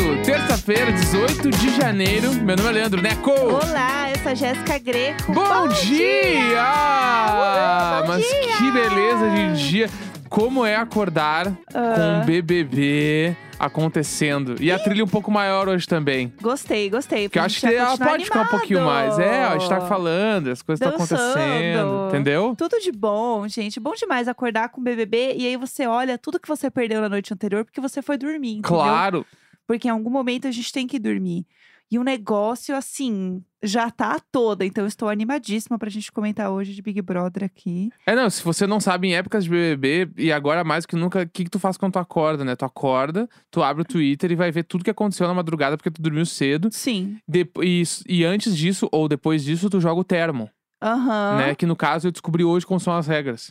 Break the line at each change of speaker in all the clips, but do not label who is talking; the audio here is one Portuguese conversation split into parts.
um terça-feira, 18 de janeiro. Meu nome é Leandro Neco.
Olá, eu sou a Jéssica Greco.
Bom, dia!
Uhul, bom
Mas
dia!
que beleza de dia. Como é acordar
Ah.
com um o BBB acontecendo. E a trilha um pouco maior hoje também.
Gostei, gostei.
Que eu acho que ela pode ficar um pouquinho mais. É, ó, a gente tá falando, as coisas estão
Dançando.
acontecendo. Entendeu?
Tudo de bom, gente. Bom demais acordar com o BBB. E aí você olha tudo que você perdeu na noite anterior porque você foi dormir, entendeu?
Claro.
Porque em algum momento a gente tem que dormir. E o negócio, assim, já tá à toda. Então eu estou animadíssima pra gente comentar hoje de Big Brother aqui.
É, não, se você não sabe, em épocas de BBB, e agora mais que nunca, o que, que tu faz quando tu acorda, né? Tu acorda, tu abre o Twitter e vai ver tudo que aconteceu na madrugada porque tu dormiu cedo.
Sim.
Depo- e, s- e antes disso, ou depois disso, tu joga o termo,
Aham.
né? Que no caso eu descobri hoje como são as regras.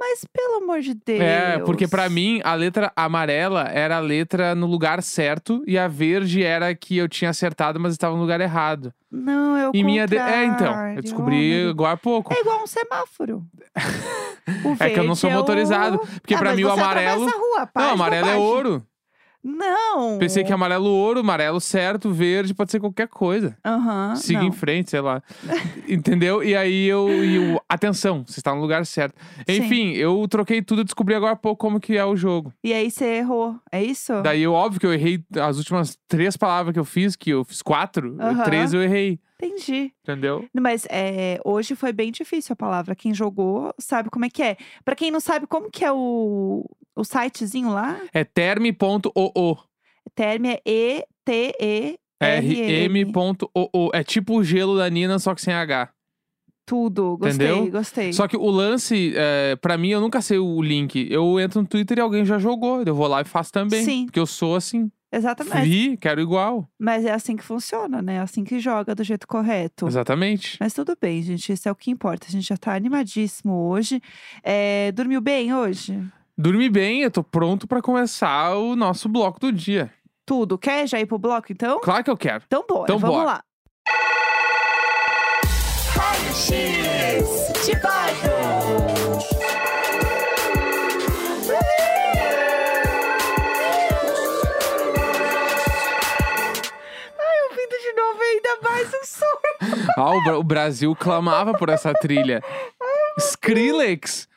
Mas pelo amor de Deus.
É, porque pra mim a letra amarela era a letra no lugar certo e a verde era que eu tinha acertado, mas estava no lugar errado.
Não, eu.
e minha. de- É, então. Eu descobri agora há pouco.
É igual um semáforo. O
É que eu não
verde
sou
o-
motorizado, porque
ah,
pra
mas
mim o
você
amarelo-
atravessa A rua, para
não,
de
amarelo é
bobagem.
ouro.
Não.
Pensei que é amarelo ouro, amarelo certo, verde, pode ser qualquer coisa.
Aham.
Siga
Ah, não.
em frente, sei lá. Entendeu? E aí eu. E o... Atenção, você está no lugar certo.
Sim.
Enfim, eu troquei tudo e descobri agora há pouco como que é o jogo.
E aí você errou. É isso?
Daí, eu, óbvio que eu errei as últimas três palavras que eu fiz, que eu fiz quatro,
Aham.
três eu errei.
Entendi.
Entendeu?
Mas é, hoje foi bem difícil a palavra. Quem jogou sabe como é que é. Pra quem não sabe, como que é o, o sitezinho lá?
É term.oo.
Term é E-T-E. RM.
rm.oo. É tipo o gelo da Nina, só que sem H.
Tudo. Gostei,
Entendeu?
gostei.
Só que o lance, é, pra mim, eu nunca sei o link. Eu entro no Twitter e alguém já jogou. Eu vou lá e faço também.
Sim.
Porque eu sou assim.
Exatamente.
Vi, quero igual.
Mas é assim que funciona, né? É assim que joga do jeito correto.
Exatamente.
Mas tudo bem, gente. Isso é o que importa. A gente já tá animadíssimo hoje. É, dormiu bem hoje?
Dormi bem, eu tô pronto pra começar o nosso bloco do dia.
Tudo. Quer já ir pro bloco, então?
Claro que eu quero.
Então bora,
Então
vamos
bora.
lá. Ai, ouvindo de novo ainda mais um som.
Ah, o, Bra- o Brasil clamava por essa trilha. Skrillex,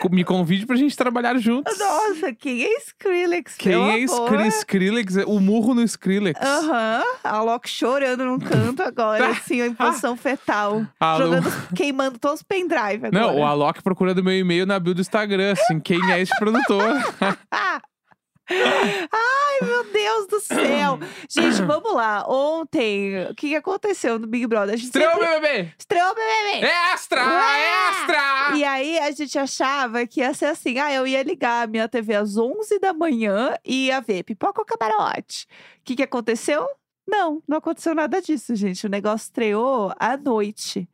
co- me convide pra gente trabalhar juntos.
Nossa, quem é Skrillex?
Quem
meu
é
amor?
Skri- Skrillex? é O murro no Skrillex.
Aham, a Loki chorando num canto agora, assim, em posição fetal.
Ah, não.
jogando, queimando todos os pendrive agora.
Não, o Alok procurando meu e-mail na build do Instagram, assim, quem é esse produtor?
Ah! Ai, meu Deus do céu! Gente, vamos lá. Ontem, o que que aconteceu no Big Brother? A gente
Estreou,
sempre...
meu bebê!
Estreou o BBB!
É Astra! É Astra!
E aí, a gente achava que ia ser assim. Ah, eu ia ligar a minha TV às 11 da manhã e ia ver pipoca ou camarote. O que, que aconteceu? Não, não aconteceu nada disso, gente. O negócio estreou à noite.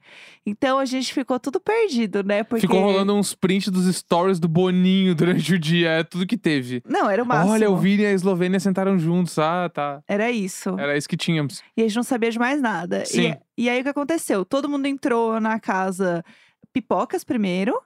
Então, a gente ficou tudo perdido, né? Porque...
Ficou rolando uns prints dos stories do Boninho durante o dia, é tudo que teve.
Não, era o máximo.
Olha, o Vini e a Eslovênia sentaram juntos. Ah, tá.
Era isso.
Era isso que tínhamos.
E a gente não sabia de mais nada. E-
Sim.
E, aí o que aconteceu? Todo mundo entrou na casa pipocas primeiro.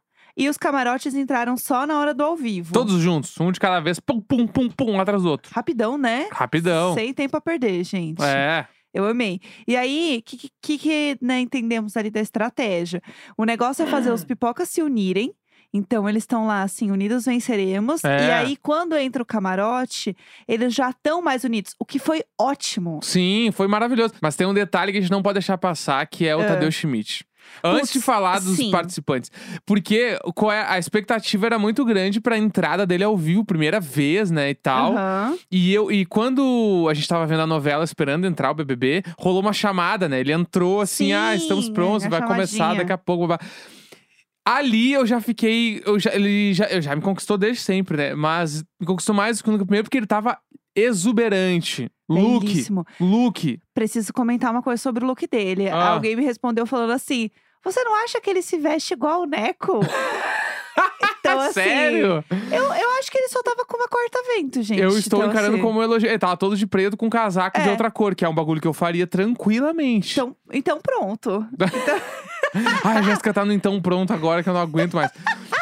E os camarotes entraram só na hora do ao vivo.
Todos juntos, um de cada vez, pum, pum, pum, pum, um atrás do outro.
Rapidão, né?
Rapidão.
Sem tempo a perder, gente.
É.
Eu amei. E aí, o que, que- que, que, né, entendemos ali da estratégia? O negócio é fazer os pipocas se unirem. Então, eles estão lá, assim, unidos venceremos. E
É.
aí, quando entra o camarote, eles já estão mais unidos. O que foi ótimo.
Sim, foi maravilhoso. Mas tem um detalhe que a gente não pode deixar passar, que é o
Ah.
Tadeu Schmidt. Antes de
Putz,
falar dos
sim.
participantes. Porque qual é- a expectativa era muito grande pra entrada dele ao vivo, primeira vez, né, e tal.
Aham.
E eu e quando a gente tava vendo a novela esperando entrar o BBB, rolou uma chamada, né? Ele entrou assim,
Sim,
ah, estamos prontos,
a
vai começar
chamadinha.
daqui a pouco. babá." Ali eu já fiquei, eu já, ele já, eu já me conquistou desde sempre, né? Mas me conquistou mais do que nunca primeiro porque ele tava exuberante. Look,
Belíssimo.
look.
preciso comentar uma coisa sobre o look dele.
Ah.
Alguém me respondeu falando assim: Você não acha que ele se veste igual o Neco? então, assim,
Sério?
Eu, eu acho que ele só tava com uma corta-vento, gente.
eu estou
Então,
encarando
assim,
como um elogio. Ele tava todo de preto com um casaco de
É.
outra cor, que é um bagulho que eu faria tranquilamente.
Então, então pronto.
Ai, a Jéssica tá no então pronto agora que eu não aguento mais.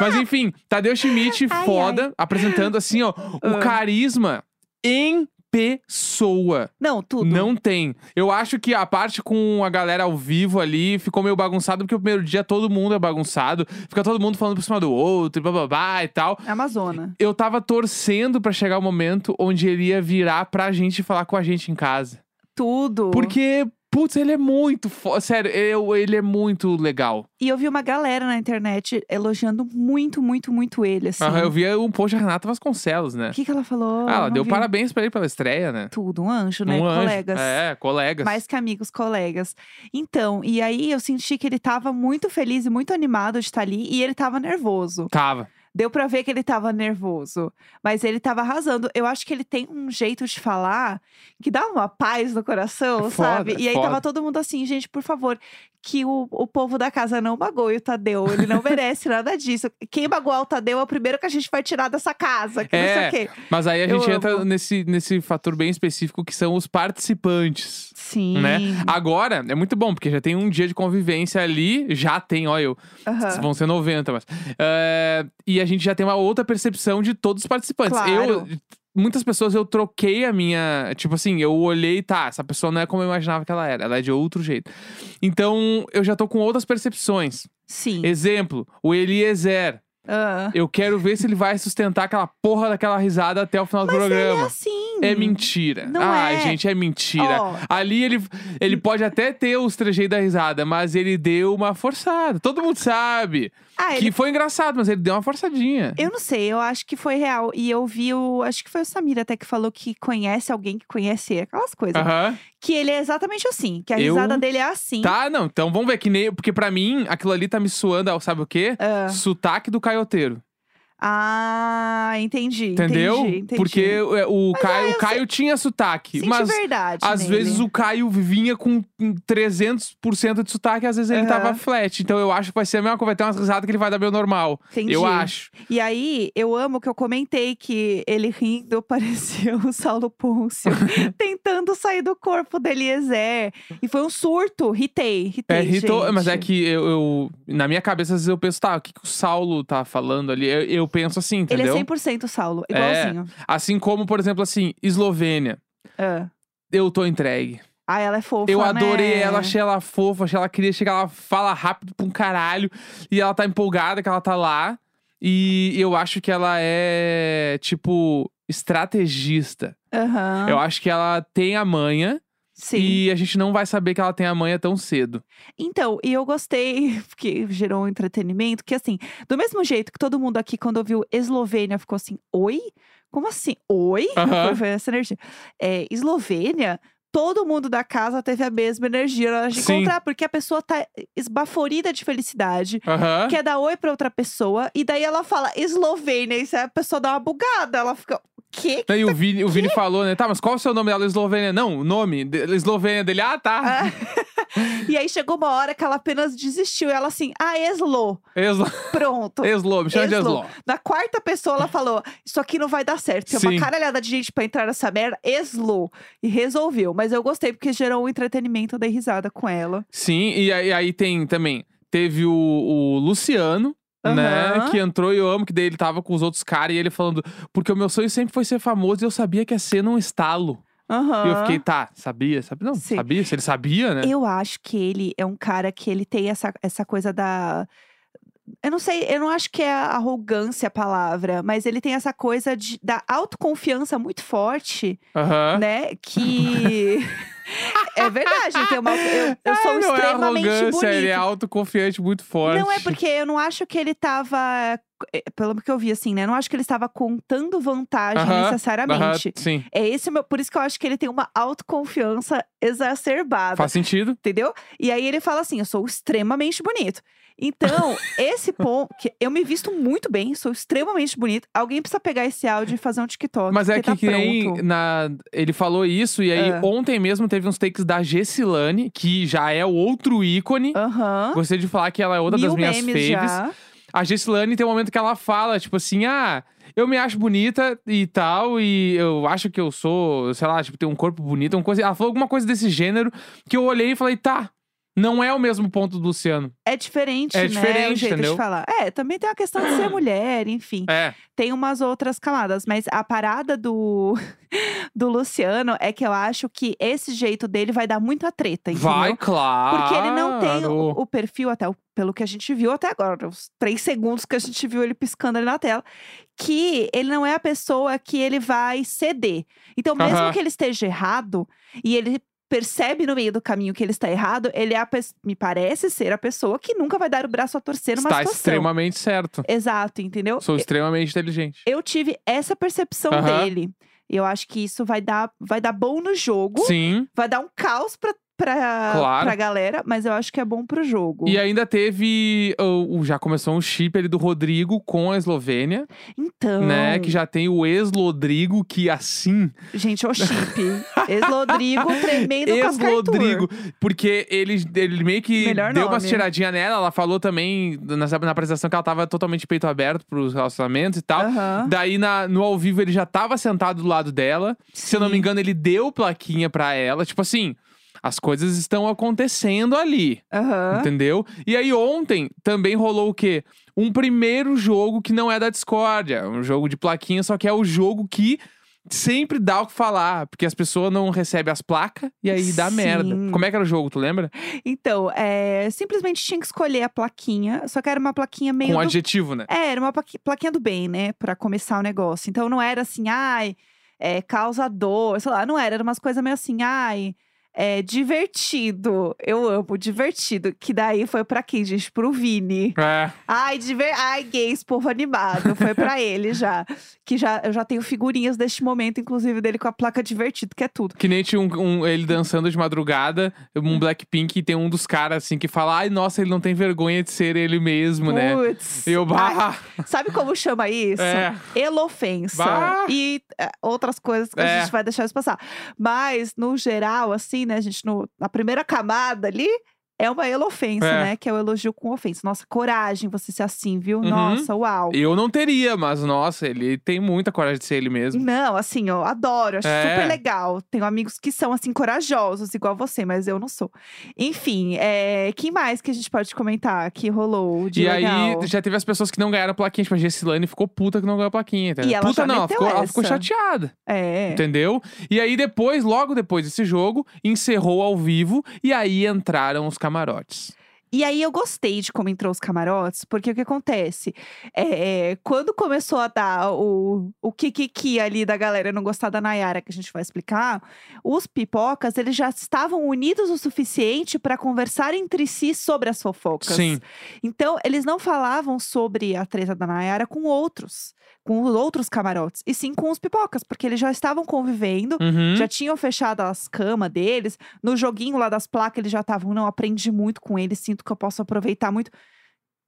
Mas enfim, Tadeu Schmidt,
Ai, Ah.
foda, apresentando assim, ó, o carisma em pessoa.
Não, tudo.
Não tem. Eu acho que a parte com a galera ao vivo ali ficou meio bagunçado, porque o primeiro dia todo mundo é bagunçado. Fica todo mundo falando por cima do outro, e bababá e tal.
É Amazona.
Eu tava torcendo pra chegar o momento onde ele ia virar pra gente falar com a gente em casa.
Tudo.
Porque, putz, ele é muito. Fo... Sério, eu- ele é muito legal.
E eu vi uma galera na internet elogiando muito, muito, muito ele, assim.
Aham, eu vi um post da Renata Vasconcelos, né?
O que, que ela falou?
Ah,
Eu
ela
não
deu
vi.
parabéns pra ele pela estreia, né?
Tudo, um anjo, né?
Um anjo.
Colegas.
É, colegas.
Mais que amigos, colegas. Então, e aí eu senti que ele tava muito feliz e muito animado de estar ali. E ele tava nervoso.
Tava.
Deu pra ver que ele tava nervoso. Mas ele tava arrasando. Eu acho que ele tem um jeito de falar que dá uma paz no coração,
É foda,
sabe?
é
E aí tava
foda.
todo mundo assim, gente, por favor, que o, o povo da casa não magoe o Tadeu. Ele não merece nada disso. Quem magoar o Tadeu é o primeiro que a gente vai tirar dessa casa. Que não sei
É.
o quê.
Mas aí a
Eu
gente
amo.
entra nesse, nesse fator bem específico que são os participantes.
Sim.
Né? Agora, é muito bom, porque já tem um dia de convivência ali, já tem, ó, eu.
Aham.
Vão ser 90, mas. é, e a gente já tem uma outra percepção de todos os participantes.
Claro.
Eu. Muitas pessoas eu troquei a minha. Tipo assim, eu olhei, tá, essa pessoa não é como eu imaginava que ela era, ela é de outro jeito. Então, eu já tô com outras percepções.
Sim.
Exemplo, o Eliezer.
Ah.
Eu quero ver se ele vai sustentar aquela porra daquela risada até o final do
É
programa.
assim.
É mentira.
Não
Ai,
é.
gente, é mentira.
Ó.
Ali ele, ele pode até ter os trejeitos da risada, mas ele deu uma forçada. Todo mundo sabe.
Ah,
Que
ele...
foi engraçado, mas ele deu uma forçadinha.
Eu não sei, eu acho que foi real. E eu vi o. Acho que foi o Samir até que falou que conhece alguém que conhece aquelas coisas.
Aham.
Que ele é exatamente assim. Que a
Eu-
risada dele é assim.
Tá, não. Então vamos ver que nem. Porque pra mim, aquilo ali tá me suando, ao- sabe o quê?
Ah.
Sotaque do caioteiro.
Ah, entendi.
Entendeu?
Entendi, entendi.
Porque é, o, Caio, o Caio tinha sotaque.
Senti
mas
verdade.
Às
nele.
vezes o Caio vinha com com 300% de sotaque, às vezes ele
Aham.
tava flat. Então eu acho que vai ser a mesma coisa. Vai ter umas risadas que ele vai dar meio normal.
Entendi.
Eu acho.
E aí, eu amo que eu comentei que ele rindo parecia o Saulo Pôncio tentando sair do corpo dele, Eliezer. E foi um surto. Ritei, ritei.
É, irritou, mas é
gente.
que eu, eu- Na minha cabeça, às vezes eu penso, tá, o que, que o Saulo tá falando ali? Eu, eu penso assim,
Ele é
entendeu?
100% Saulo,
É.
igualzinho.
Assim como, por exemplo, assim, Eslovênia.
Ah.
Eu tô entregue.
Ah, ela é fofa.
eu adorei
né?
ela, achei ela fofa, achei ela queria chegar, ela fala rápido pra um caralho. E ela tá empolgada que ela tá lá. E eu acho que ela é, tipo, estrategista.
Aham.
Eu acho que ela tem a
Ah.
manha
Sim.
e a gente não vai saber que ela tem a manha tão cedo.
Então, e eu gostei, porque gerou um entretenimento, que assim, do mesmo jeito que todo mundo aqui, quando ouviu Eslovênia, ficou assim, oi? Como assim? Oi?
Aham.
Foi- Foi essa energia. É, Eslovênia, todo mundo da casa teve a mesma energia na hora de
Sim.
encontrar, porque a pessoa tá esbaforida de felicidade.
Aham.
Quer dar oi pra outra pessoa, e daí ela fala Eslovênia, e se a pessoa dá uma bugada, ela fica, o quê?
Daí o Vini, o Vini falou, né? Tá, mas qual o seu nome dela? Eslovênia? Não, o nome de, Eslovênia dele. Ah, tá.
E aí chegou uma hora que ela apenas desistiu, e ela assim, ah, Eslo,
Eslo,
pronto.
Eslo, me chama de
Eslo.
Eslo.
Na quarta pessoa, ela falou: Isso aqui não vai dar certo. Tem
Sim.
uma caralhada de gente pra entrar nessa merda. Eslo. E resolveu. Mas eu gostei porque gerou um entretenimento. Eu dei risada com ela.
Sim, e aí, aí tem também. Teve o, o Luciano. Né,
Aham.
que entrou e eu amo que daí ele tava com os outros caras e ele falando, porque o meu sonho sempre foi ser famoso e eu sabia que ia ser num estalo.
Aham.
E eu fiquei, tá, sabia, sabia, não,
Sim.
sabia, se ele sabia, né?
Eu acho que ele é um cara que ele tem essa, essa coisa da. Eu não sei, eu não acho que é arrogância a palavra, mas ele tem essa coisa de, da autoconfiança muito forte,
Aham.
né? Que. é verdade, ele tem uma- eu, eu sou
Ah, não é
extremamente
arrogância,
bonito.
ele é autoconfiante muito forte.
Não é porque eu não acho que ele tava. eh, Pelo que eu vi, assim, né? Eu não acho que ele estava contando vantagem
Aham, Aham,
necessariamente.
sim,
É esse o meu. Por isso que eu acho que ele tem uma autoconfiança exacerbada.
faz sentido.
Entendeu? E aí ele fala assim: eu sou extremamente bonito. Então, esse ponto. que eu me visto muito bem, sou extremamente bonito. Alguém precisa pegar esse áudio e fazer um TikTok.
Mas é
porque
que,
tá
que nem
pronto.
na, ele falou isso, e aí
Ah.
ontem mesmo teve uns takes da Gessilane, que já é o outro ícone.
Aham.
Gostei de falar que ela é outra
Mil
das minhas
memes
faves.
já.
A Gessilane tem um momento que ela fala, tipo assim, ah, eu me acho bonita e tal, e eu acho que eu sou, sei lá, tipo, tenho um corpo bonito, uma coisa. Ela falou alguma coisa desse gênero que eu olhei e falei, tá. Não é o mesmo ponto do Luciano.
É diferente,
É
né?
diferente,
o jeito
entendeu?
de falar. É, também tem a questão de ser mulher, enfim.
É.
Tem umas outras camadas, mas a parada do, do Luciano é que eu acho que esse jeito dele vai dar muita treta, entendeu?
Vai, claro.
Porque ele
Ah,
não tem o, o perfil, até o- pelo que a gente viu até agora, os três segundos que a gente viu ele piscando ali na tela, que ele não é a pessoa que ele vai ceder. Então, mesmo
Aham.
que ele esteja errado e ele percebe no meio do caminho que ele está errado, ele é a pe- me parece ser a pessoa que nunca vai dar o braço a torcer numa
Está
situação.
extremamente certo.
Exato, entendeu?
Sou extremamente inteligente.
Eu tive essa percepção
Aham.
dele. Eu acho que isso vai dar, vai dar bom no jogo.
Sim.
Vai dar um caos pra, pra,
Claro.
pra galera, mas eu acho que é bom pro jogo.
E ainda teve. o- o- já começou um chip ali do Rodrigo com a Eslovênia,
Então,
né? Que já tem o ex-Lodrigo, que assim.
gente, o chip. Ex-Lodrigo tremendo
Ex-Lodrigo.
com
Porque ele, ele meio que
Melhor
deu
nome.
umas tiradinhas nela. Ela falou também nessa- na apresentação que ela tava totalmente peito aberto pros relacionamentos e tal.
Aham.
Daí na- no ao vivo ele já tava sentado do lado dela. Se eu não me
Sim.
engano, ele deu plaquinha pra ela. Tipo assim, as coisas estão acontecendo ali.
Aham.
Entendeu? E aí ontem também rolou o quê? Um primeiro jogo que não é da discórdia, um jogo de plaquinha, só que é o jogo que sempre dá o que falar, porque as pessoas não recebem as placas e aí dá
Sim.
merda. Como é que era o jogo, tu lembra?
Então, é, simplesmente tinha que escolher a plaquinha, só que era uma plaquinha meio.
Com
do-
adjetivo, né?
É, era uma plaqui- plaquinha do bem, né? Pra começar o negócio. Então não era assim, ai, é, causa dor, sei lá, não era. Era umas coisas meio assim, ai, é divertido. Eu amo, divertido. Que daí foi pra quem, gente? Pro Vini.
É,
Ai, diver... ai, gays, povo animado. Foi pra ele já. Que já, eu já tenho figurinhas deste momento, inclusive dele com a placa divertido, que é tudo.
que nem tinha um, um- ele dançando de madrugada,
Hum.
um Blackpink, e tem um dos caras assim que fala: ai, nossa, ele não tem vergonha de ser ele mesmo, né?
Puts.
E eu,
Ai,
bah,
Sabe como chama isso?
é,
elofensa
Bah!
e é, outras coisas que
É.
a gente vai deixar isso passar. Mas, no geral, assim, né, gente, no- na primeira camada ali, é uma elofensa,
É.
né? Que é o elogio com ofensa. Nossa, coragem você ser assim, viu?
Uhum.
Nossa, uau.
eu não teria, mas nossa, ele tem muita coragem de ser ele mesmo.
Não, assim, eu adoro, acho
É.
super legal. Tenho amigos que são, assim, corajosos, igual você, mas eu não sou. Enfim, é... que mais que a gente pode comentar que rolou de
e
legal?
aí já teve as pessoas que não ganharam plaquinha. Tipo, a Gessilane ficou puta que não ganhou a plaquinha. entendeu?
E ela
puta
já
não, ela
meteu
ficou, ela ficou
essa.
chateada,
É,
entendeu? E aí depois, logo depois desse jogo, encerrou ao vivo e aí entraram os camarotes.
E aí eu gostei de como entrou os camarotes, porque o que acontece? É, quando começou a dar o, o kikiki ali da galera não gostar da Nayara, que a gente vai explicar, os pipocas, eles já estavam unidos o suficiente para conversar entre si sobre as fofocas.
Sim,
Então, eles não falavam sobre a treta da Nayara com outros, com os outros camarotes, e sim com os pipocas, porque eles já estavam convivendo,
uhum.
já tinham fechado as camas deles. No joguinho lá das placas, eles já estavam. Não, aprendi muito com eles, sinto que eu posso aproveitar muito.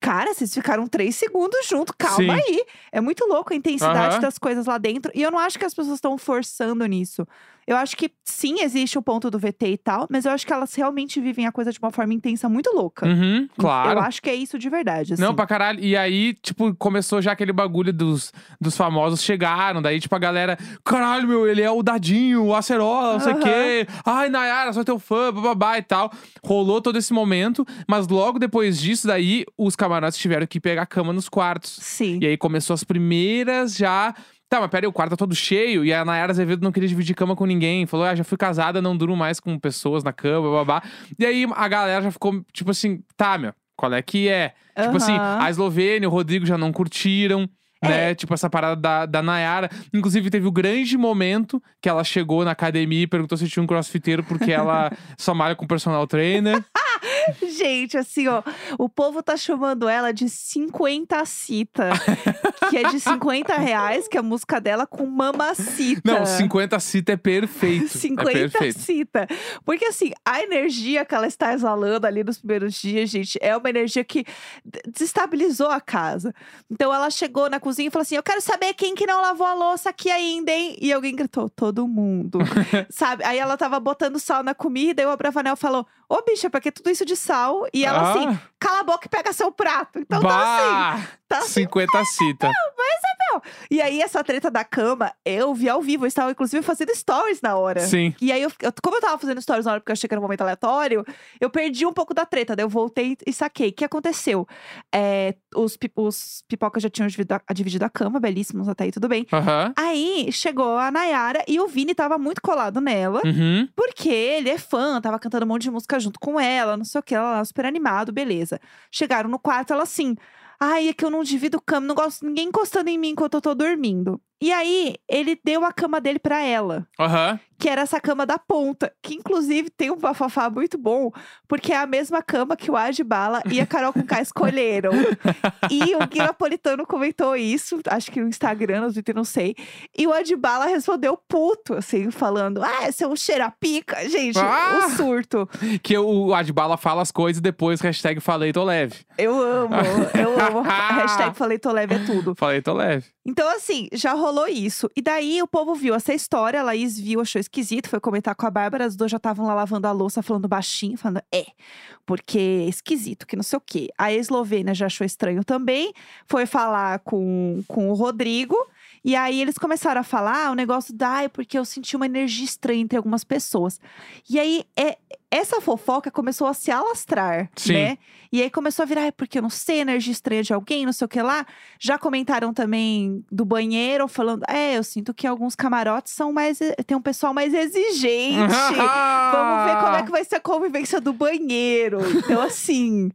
Cara, vocês ficaram três segundos junto, calma
Sim.
aí. É muito louco a intensidade
Aham.
das coisas lá dentro. E eu não acho que as pessoas estão forçando nisso. Eu acho que sim, existe o ponto do VT e tal, mas eu acho que elas realmente vivem a coisa de uma forma intensa muito louca.
Uhum, claro.
Eu acho que é isso de verdade. Assim.
Não, pra caralho. E aí, tipo, começou já aquele bagulho dos, dos famosos chegaram. Daí, tipo, a galera, caralho, meu, ele é o Dadinho, o Acerola, não sei o
Aham.
quê. Ai, Nayara, sou teu fã, bababá e tal. Rolou todo esse momento, mas logo depois disso, daí, os camarotes tiveram que pegar cama nos quartos.
Sim.
E aí começou as primeiras já. Tá, mas peraí, o quarto tá todo cheio e a Nayara Azevedo não queria dividir cama com ninguém. Falou, ah, já fui casada, não duro mais com pessoas na cama, babá. E aí a galera já ficou, tipo assim, tá, meu, qual é que é? Tipo assim,
Aham. É.
a Eslovênia, o Rodrigo já não curtiram. Né? Tipo, essa parada da, da Nayara. Inclusive, teve o grande momento que ela chegou na academia e perguntou se tinha um crossfiteiro, porque ela só malha com personal trainer.
Gente, assim, ó, o povo tá chamando ela de 50 cita, que é de 50 reais, que é a música dela com mamacita.
Não, 50 cita é perfeito.
50
é perfeito.
Tá. cita. Porque assim, a energia que ela está exalando ali nos primeiros dias, gente, é uma energia que d- desestabilizou a casa. Então ela chegou na cozinha e falou assim: Eu quero saber quem que não lavou a louça aqui ainda, hein? E alguém gritou: Todo mundo. Sabe? Aí ela tava botando sal na comida e o Abravanel falou: Ô, bicha, pra que tudo isso de sal? E ela assim:
Ah.
Cala a boca e pega seu prato. Então tá Então, assim,
bah!
tá assim.
50 cita.
E aí, essa treta da cama, eu vi ao vivo. Eu estava, inclusive, fazendo stories na hora.
Sim.
E aí, eu, eu- como eu tava fazendo stories na hora, porque eu achei que era um momento aleatório, eu perdi um pouco da treta. Daí eu voltei e saquei. O que aconteceu? É, os, pi- os pipocas já tinham dividido a, dividido a cama, belíssimos até aí, tudo bem.
Aham.
Aí chegou a Nayara e o Vini tava muito colado nela,
Uhum.
porque ele é fã, tava cantando um monte de música junto com ela, não sei o que, ela lá, super animado, beleza. Chegaram no quarto, ela assim. Ai, é que eu não divido cama, não gosto de ninguém encostando em mim enquanto eu tô dormindo. E aí, ele deu a cama dele pra ela
Aham.
que era essa cama da ponta, que inclusive tem um bafafá muito bom, porque é a mesma cama que o Ad Bala e a Carol com K escolheram. e o Gui Napolitano comentou isso, acho que no Instagram, no Twitter, não sei. E o Ad Bala respondeu puto, assim, falando: Ah, seu cheira-pica, gente,
Ah!
o surto.
Que o Adbala fala as coisas e depois hashtag falei tô leve.
Eu amo, eu amo. Hashtag falei tô leve é tudo.
Falei tô leve.
Então, assim, já rolou isso. E daí o povo viu essa história, a Laís viu, achou esquisito, foi comentar com a Bárbara, as duas já estavam lá lavando a louça, falando baixinho, falando, é, porque é esquisito, que não sei o quê. A eslovênia já achou estranho também, foi falar com, com o Rodrigo. E aí eles começaram a falar o negócio da, ai, porque eu senti uma energia estranha entre algumas pessoas. E aí é, essa fofoca começou a se alastrar,
Sim.
né? E aí começou a virar, ai, porque eu não sei, energia estranha de alguém, não sei o que lá. Já comentaram também do banheiro, falando, é, eu sinto que alguns camarotes são mais, tem um pessoal mais exigente. Vamos ver como é que vai ser a convivência do banheiro. Então, assim,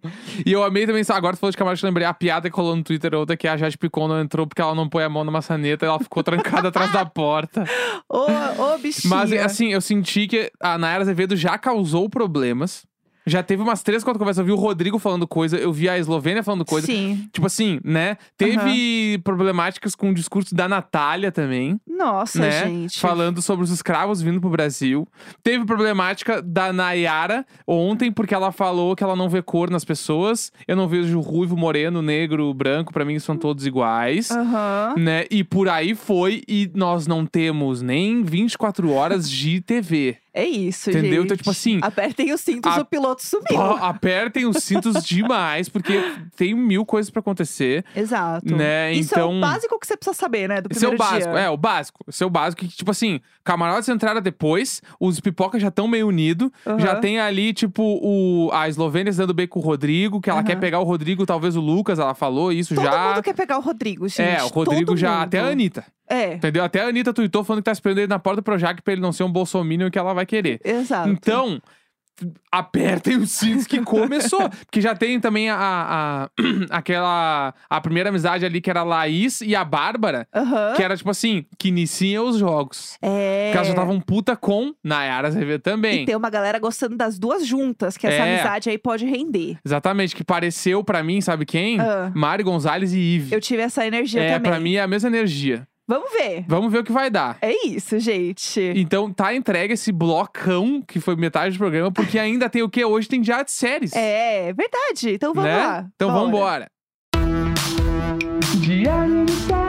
E eu amei também, agora tu falou de camarote, eu lembrei a piada que rolou no Twitter outra que a Jade Picon não entrou porque ela não põe a mão na maçaneta, ela ficou trancada atrás da porta.
ô, ô bichinho.
Mas assim, eu senti que a Nayara Azevedo já causou problemas. Já teve umas três, quatro conversas. Eu vi o Rodrigo falando coisa, eu vi a Eslovênia falando coisa.
Sim.
Tipo assim, né? Teve problemáticas com o discurso da Natália também,
Nossa,
né?
gente.
Falando sobre os escravos vindo pro Brasil. Teve problemática da Nayara ontem, porque ela falou que ela não vê cor nas pessoas. Eu não vejo ruivo, moreno, negro, branco. Pra mim, são todos iguais.
Aham.
Né? E por aí foi, e nós não temos nem 24 horas de TV.
É isso, gente.
Entendeu? Então, tipo assim,
Apertem os cintos,
a-
o piloto sumiu.
Pô, apertem os cintos demais, porque tem mil coisas pra acontecer.
Exato.
Né,
Isso é
então-
o básico que você precisa saber, né? Do
Esse é
primeiro
o básico,
dia.
é, o básico. Esse é o básico, que, tipo assim, camarotes entraram depois, os pipocas já estão meio unidos,
Aham.
é. já tem ali, tipo, o, a Eslovênia se dando bem com o Rodrigo, que ela
Aham.
quer pegar o Rodrigo, talvez o Lucas, ela falou isso
Todo
já.
mundo quer pegar o Rodrigo, gente.
é, o Rodrigo
Todo
já,
mundo.
até a Anitta,
É,
entendeu? Até a Anitta tuitou falando que tá esperando ele na porta do Projac pra ele não ser um bolsominion que ela vai querer.
exato.
Então, apertem os cintos que começou. porque já tem também a, a- aquela. A primeira amizade ali que era a Laís e a Bárbara,
Aham.
que era tipo assim, que inicia os jogos.
É.
Porque elas já estavam puta com Nayara Azevedo também.
E tem uma galera gostando das duas juntas, que essa
É.
amizade aí pode render.
Exatamente, que pareceu pra mim, sabe quem?
Ah.
Mari Gonzalez e Ive.
Eu tive essa energia
É,
também.
pra mim é a mesma energia.
Vamos ver.
Vamos ver o que vai dar.
É isso, gente.
Então tá entregue esse blocão, que foi metade do programa, porque ainda tem o que? Hoje tem já de séries.
É, verdade. Então vamos
né?
lá.
Então
Bora.
vamos embora. Diário de série.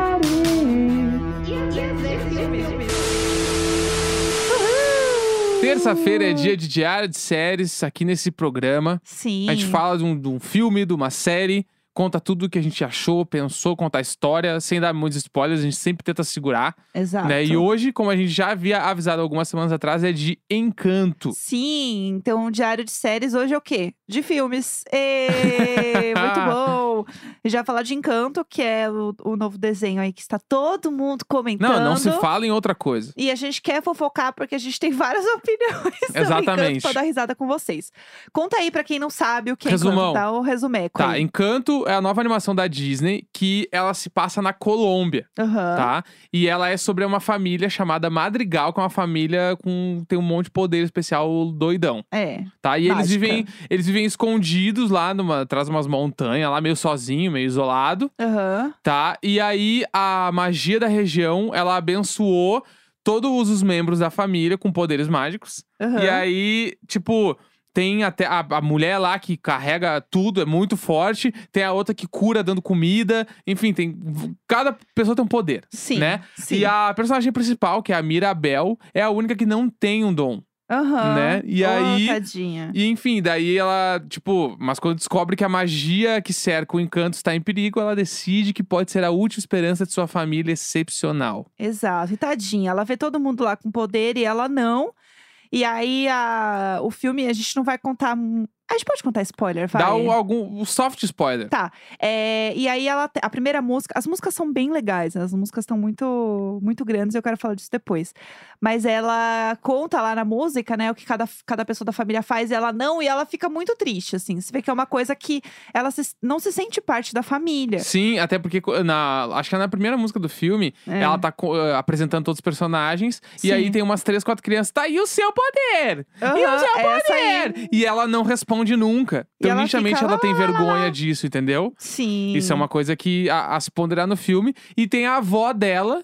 Terça-feira é dia de diário de séries aqui nesse programa.
Sim.
A gente fala de um, de um filme, de uma série, conta tudo o que a gente achou, pensou, conta a história, sem dar muitos spoilers, a gente sempre tenta segurar.
Exato.
Né? E hoje, como a gente já havia avisado algumas semanas atrás, é de Encanto.
Sim, então o diário de séries hoje é o quê? De filmes. Ê, muito bom! E já falar de Encanto, que é o, o novo desenho aí que está todo mundo comentando.
Não, não se fala em outra coisa.
E a gente quer fofocar porque a gente tem várias opiniões sobre
Exatamente.
Encanto pra dar risada com vocês. Conta aí pra quem não sabe o que é
Resumão.
Encanto, tá? O resumeco
Tá,
aí.
Encanto é a nova animação da Disney que ela se passa na Colômbia,
Aham.
tá? E ela é sobre uma família chamada Madrigal, que é uma família com tem um monte de poder especial doidão,
É.
tá? E eles
Mágica.
vivem, eles vivem escondidos lá numa, atrás de umas montanhas, lá meio sozinho, meio isolado,
Aham.
tá? E aí a magia da região, ela abençoou todos os membros da família com poderes mágicos.
Aham.
E aí, tipo, tem até a, a mulher lá que carrega tudo, é muito forte. Tem a outra que cura dando comida. Enfim, tem. Cada pessoa tem um poder.
Sim.
né?
Sim.
E a personagem principal, que é a Mirabel, é a única que não tem um dom.
Aham.
Né? E
Oh,
aí-
Tadinha.
E enfim, daí ela, tipo, mas quando descobre que a magia que cerca o encanto está em perigo, ela decide que pode ser a última esperança de sua família excepcional.
Exato. E tadinha, ela vê todo mundo lá com poder e ela não. E aí a... o filme, a gente não vai contar. mu- A gente pode contar spoiler, vai.
Dá o, algum o soft spoiler.
Tá. É, e aí ela te- a primeira música, as músicas são bem legais, né? as músicas estão muito muito grandes, eu quero falar disso depois. Mas ela conta lá na música, né, o que cada, cada pessoa da família faz, e ela não, e ela fica muito triste assim. Você vê que é uma coisa que ela se- não se sente parte da família.
Sim, até porque co- na, acho que é na primeira música do filme,
É.
ela tá co- eh, apresentando todos os personagens, e aí
Sim.
tem umas três, quatro crianças, tá, e o seu poder?
Aham,
e o seu
essa aí.
poder? E ela não responde nunca.
E
Então,
ela
nitidamente,
fica,
ela tem
"Lá, lá,
vergonha disso, entendeu?
Sim.
Isso é uma coisa que a, a se ponderar no filme. E tem a avó dela,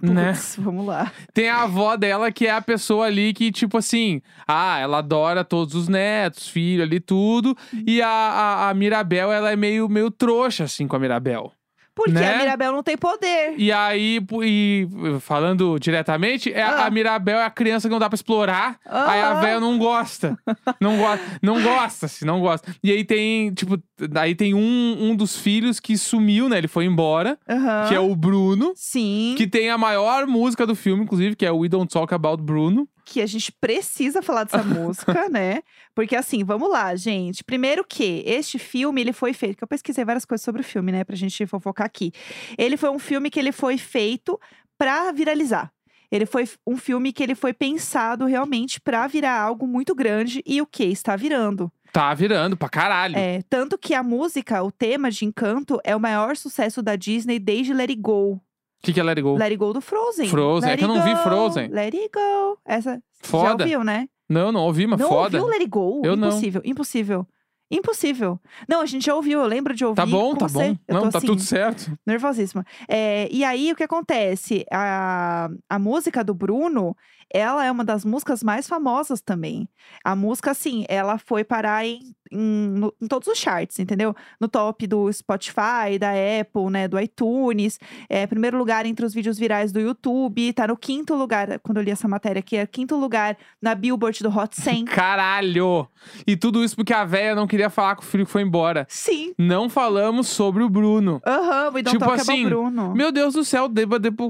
né?
Putz, vamos lá.
Tem a avó dela, que é a pessoa ali que, tipo assim, ah, ela adora todos os netos, filho ali, tudo.
Hum.
E a, a, a Mirabel, ela é meio, meio trouxa, assim, com a Mirabel.
Porque
Né?
a Mirabel não tem poder.
E aí, pu- e, eh, falando diretamente, é a,
Ah.
a Mirabel é a criança que não dá pra explorar. Aí a
Aham.
velha não gosta. Não gosta. Não gosta, se não gosta. E aí tem, tipo, daí tem um, um dos filhos que sumiu, né? Ele foi embora,
Aham.
que é o Bruno.
Sim,
Que tem a maior música do filme, inclusive, que é We Don't Talk About Bruno.
que a gente precisa falar dessa música, né? Porque assim, vamos lá, gente. Primeiro que este filme, ele foi feito, que eu pesquisei várias coisas sobre o filme, né, pra gente fofocar aqui. Ele foi um filme que ele foi feito pra viralizar. Ele foi f- um filme que ele foi pensado realmente pra virar algo muito grande e o que está virando.
Tá virando pra caralho.
É, tanto que a música, o tema de Encanto é o maior sucesso da Disney desde Let It Go.
O que, que é Let It Go?
Let It Go do Frozen.
Frozen, é
Let
que eu
It
não vi
Go,
Frozen.
Let It Go. Essa já
Foda.
ouviu, né?
Não, não ouvi, mas
não
foda.
ouviu Let It Go?
Eu não.
impossível, impossível. Impossível. Não, a gente já ouviu, eu lembro de ouvir.
Tá bom,
com
tá
você.
bom.
Eu
não,
tô
tá
assim,
tudo certo.
nervosíssima. É, e aí, o que acontece? A, a música do Bruno, ela é uma das músicas mais famosas também. A música, assim, ela foi parar em, em, no- em todos os charts, entendeu? No top do Spotify, da Apple, né? Do iTunes. É, primeiro lugar entre os vídeos virais do YouTube. Tá no quinto lugar, quando eu li essa matéria aqui, é quinto lugar na Billboard do Hot 100.
Caralho! E tudo isso porque a véia não queria falar com o filho que foi embora.
Sim.
Não falamos sobre o Bruno.
Aham, we don't
Tipo
talk
assim,
about Bruno.
Meu Deus do céu, deba, deba,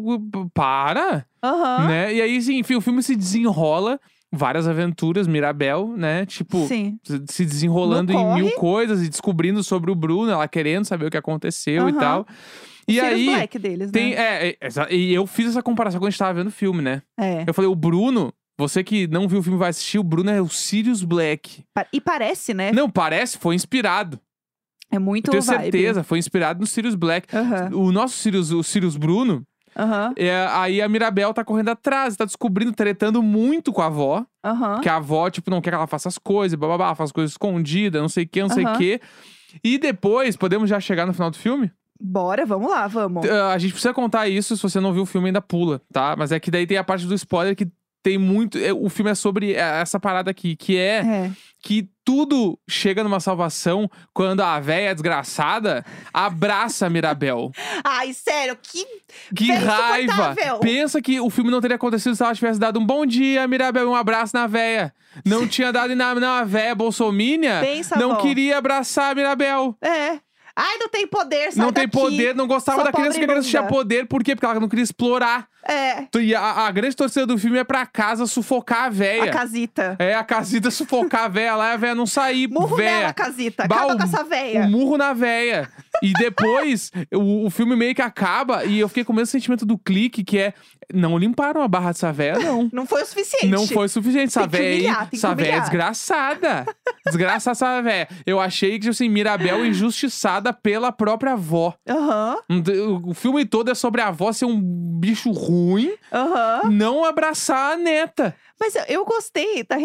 para!
Aham.
Né? E aí, sim, enfim, o filme se desenrola. Várias aventuras, Mirabel, né? Tipo,
Sim.
se- se desenrolando
No
em mil
corre.
coisas e descobrindo sobre o Bruno, ela querendo saber o que aconteceu e
Aham.
tal. E
Sirius
aí.
Black deles,
Tem,
né?
é, é, exa- e eu fiz essa comparação quando a gente tava vendo o filme, né?
É.
Eu falei, o Bruno, você que não viu o filme vai assistir, o Bruno é o Sirius Black.
Pa- E parece, né?
Não, parece, foi inspirado.
É muito
Tenho
vibe.
certeza, foi inspirado no Sirius Black.
Aham,
O nosso Sirius, o Sirius Bruno,
aham,
é, aí a Mirabel tá correndo atrás, tá descobrindo, tretando muito com a avó.
aham.
Que a avó, tipo, não quer que ela faça as coisas, bababá, faz coisas escondidas, não sei o que, não sei o
Aham.
que. E depois, podemos já chegar no final do filme?
Bora, vamos lá, vamos.
Ah, a gente precisa contar isso, se você não viu o filme ainda pula, tá? Mas é que daí tem a parte do spoiler que tem muito. é, O filme é sobre é, essa parada aqui, que é
É.
que tudo chega numa salvação quando a véia desgraçada abraça a Mirabel.
Ai, sério, que.
Que
Véia
raiva!
insuportável!
Pensa que o filme não teria acontecido se ela tivesse dado um bom dia, Mirabel, um abraço na véia. Não tinha dado em nada, não. A véia bolsomínia
Pensa,
É.
vó.
não queria abraçar a Mirabel.
É. Ai, não tem poder, sai
Não tem
daqui.
poder, não gostava
sua
da criança,
pobre
porque a criança tinha
bunda.
poder. Por quê? Porque ela não queria explorar.
É,
Tu- E a, a grande torcida do filme é pra casa sufocar a véia.
a casita.
É a casita sufocar a véia lá e a véia não sair.
Murro nela,
véia.
casita.
Bah,
Acaba
o-
com essa
o
véia.
um murro na véia. E depois o, o filme meio que acaba e eu fiquei com o mesmo sentimento do clique, que é. Não limparam a barra dessa véia, não.
Não foi o suficiente.
Não foi suficiente. Essa
Tem que
véia aí-
humilhar, tem que
Essa véia é
humilhar.
desgraçada. Desgraçada essa véia. Eu achei que, assim, Mirabel injustiçada pela própria avó. Um
Aham,
O filme todo é sobre a avó ser um bicho ruim,
aham.
não abraçar a neta.
Mas eu- eu gostei da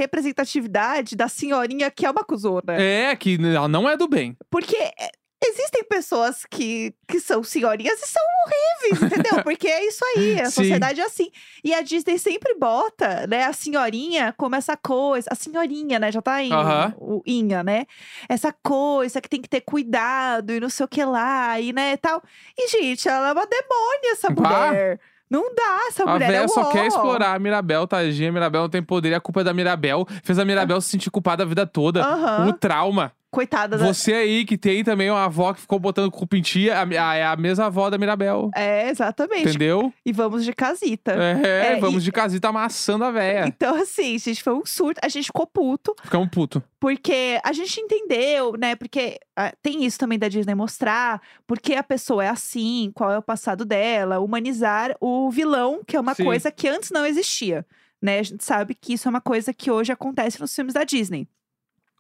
representatividade da senhorinha que é uma cuzona.
É, que ela não é do bem.
Porque é, existem pessoas que, que são senhorinhas e são horríveis, entendeu? Porque é isso aí, a
Sim.
sociedade é assim. E a Disney sempre bota, né, a senhorinha como essa coisa. A senhorinha, né, já tá em
Aham.
o inha, né? Essa coisa que tem que ter cuidado e não sei o que lá, e né, tal. E, gente, ela é uma demônia, essa
Bah.
mulher. Não dá, essa
A
mulher é
véia
o
só
ó.
quer explorar a Mirabel, tadinha. A Mirabel não tem poder, e a culpa é da Mirabel. Fez a Mirabel se sentir culpada a vida toda.
Aham. é-
O trauma.
Coitada da.
Você aí que tem também uma avó que ficou botando culpa em ti, a- a- é a mesma avó da Mirabel.
É, exatamente.
Entendeu?
E vamos de casita.
É,
É,
vamos de casita amassando a véia.
Então, assim, gente, foi um surto. A gente ficou puto,
Ficamos puto.
porque a gente entendeu, né? Porque ah, tem isso também da Disney mostrar porque a pessoa é assim, qual é o passado dela, humanizar o vilão, que é uma
Sim.
coisa que antes não existia. Né? A gente sabe que isso é uma coisa que hoje acontece nos filmes da Disney.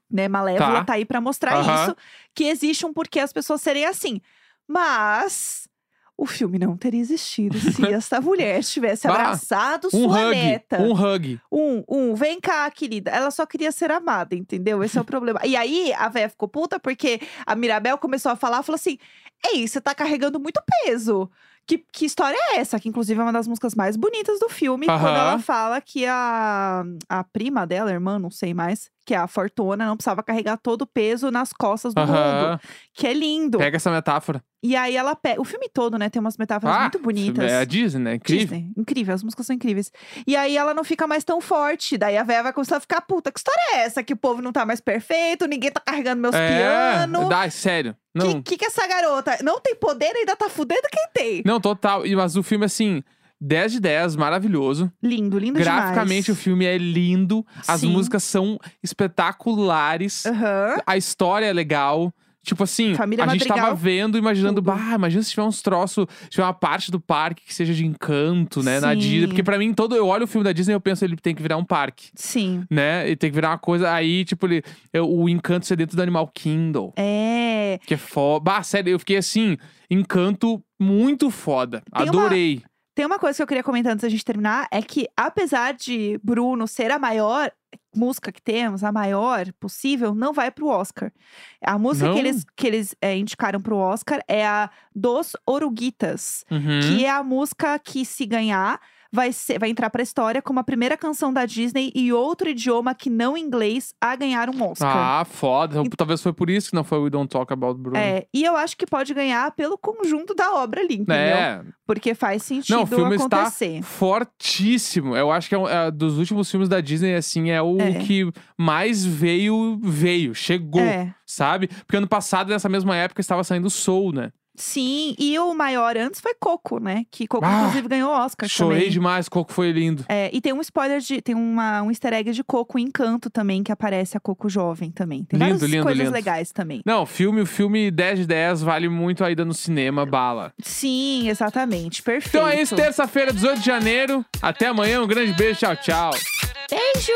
Né? Malévola
Tá.
tá, aí pra mostrar
Aham.
isso, que existe um porquê as pessoas serem assim. Mas o filme não teria existido se essa mulher tivesse
Bah,
abraçado
Um
sua
hug.
neta.
Um hug.
Um, um, vem cá, querida. Ela só queria ser amada, entendeu? Esse é o problema. E aí, a véia ficou puta porque a Mirabel começou a falar, falou assim: Ei, você tá carregando muito peso. Que, que história é essa? Que inclusive é uma das músicas mais bonitas do filme.
Aham.
Quando ela fala que a, a prima dela, irmã, não sei mais, que é a Fortuna, não precisava carregar todo o peso nas costas do mundo.
Aham.
Que é lindo.
Pega essa metáfora.
E aí ela pega. O filme todo, né? Tem umas metáforas
Ah,
muito bonitas.
É a Disney, né? Incrível.
Disney. Incrível, as músicas são incríveis. E aí ela não fica mais tão forte. Daí a véia vai começar a ficar puta. Que história é essa? Que o povo não tá mais perfeito, ninguém tá carregando meus
é.
pianos.
Dá, sério.
Que,
Não.
que que essa garota não tem poder ainda tá fudendo quem tem?
Não, total. E, mas o filme, assim, 10 de 10, maravilhoso.
Lindo, lindo
Graficamente, o
demais.
filme é lindo. As
Sim.
músicas são espetaculares.
Aham.
A história é legal. Tipo assim,
Família é
a gente tava
Madrigal,
vendo, imaginando,
tudo.
bah, imagina se tiver uns troços, se tiver uma parte do parque que seja de encanto, né? Na
Sim.
Disney. Porque pra mim, todo. Eu olho o filme da Disney e eu penso, ele tem que virar um parque,
Sim.
né? E tem que virar uma coisa. Aí, tipo, ele, eu- o encanto ser dentro do Animal Kindle.
É.
Que é foda. Bah, sério, eu fiquei assim, encanto muito foda.
Tem uma-
Adorei.
Tem uma coisa que eu queria comentar antes da gente terminar: é que, apesar de Bruno ser a maior música que temos, a maior possível, não vai pro Oscar. A música
Não?
que eles, que eles é, indicaram pro Oscar é a Dos Oruguitas,
Uhum.
que é a música que, se ganhar, vai, ser, vai entrar pra história como a primeira canção da Disney e outro idioma que não inglês a ganhar um Oscar.
Ah, foda. Talvez foi por isso que não foi We Don't Talk About Bruno.
É, e eu acho que pode ganhar pelo conjunto da obra ali, entendeu?
É,
Porque faz sentido
Não, o filme está
acontecer.
fortíssimo. Eu acho que é, um- é dos últimos filmes da Disney, assim, é o
É.
que mais veio, veio, chegou,
É.
sabe? Porque ano passado, nessa mesma época, estava saindo Soul, né?
Sim, e o maior antes foi Coco, né? Que Coco,
Ah,
inclusive, ganhou Oscar
Chorei
também.
demais, Coco foi lindo.
É, e tem um spoiler de. Tem uma, um easter egg de Coco em Encanto também, que aparece a Coco jovem também. Tem
Lindo,
várias
lindo,
coisas
lindo.
legais também.
Não, filme, o filme 10 de 10 vale muito a ida no cinema, bala.
Sim, exatamente. Perfeito.
é Então é isso, terça-feira, 18 de janeiro. Até amanhã, um grande beijo, tchau, tchau.
Beijo!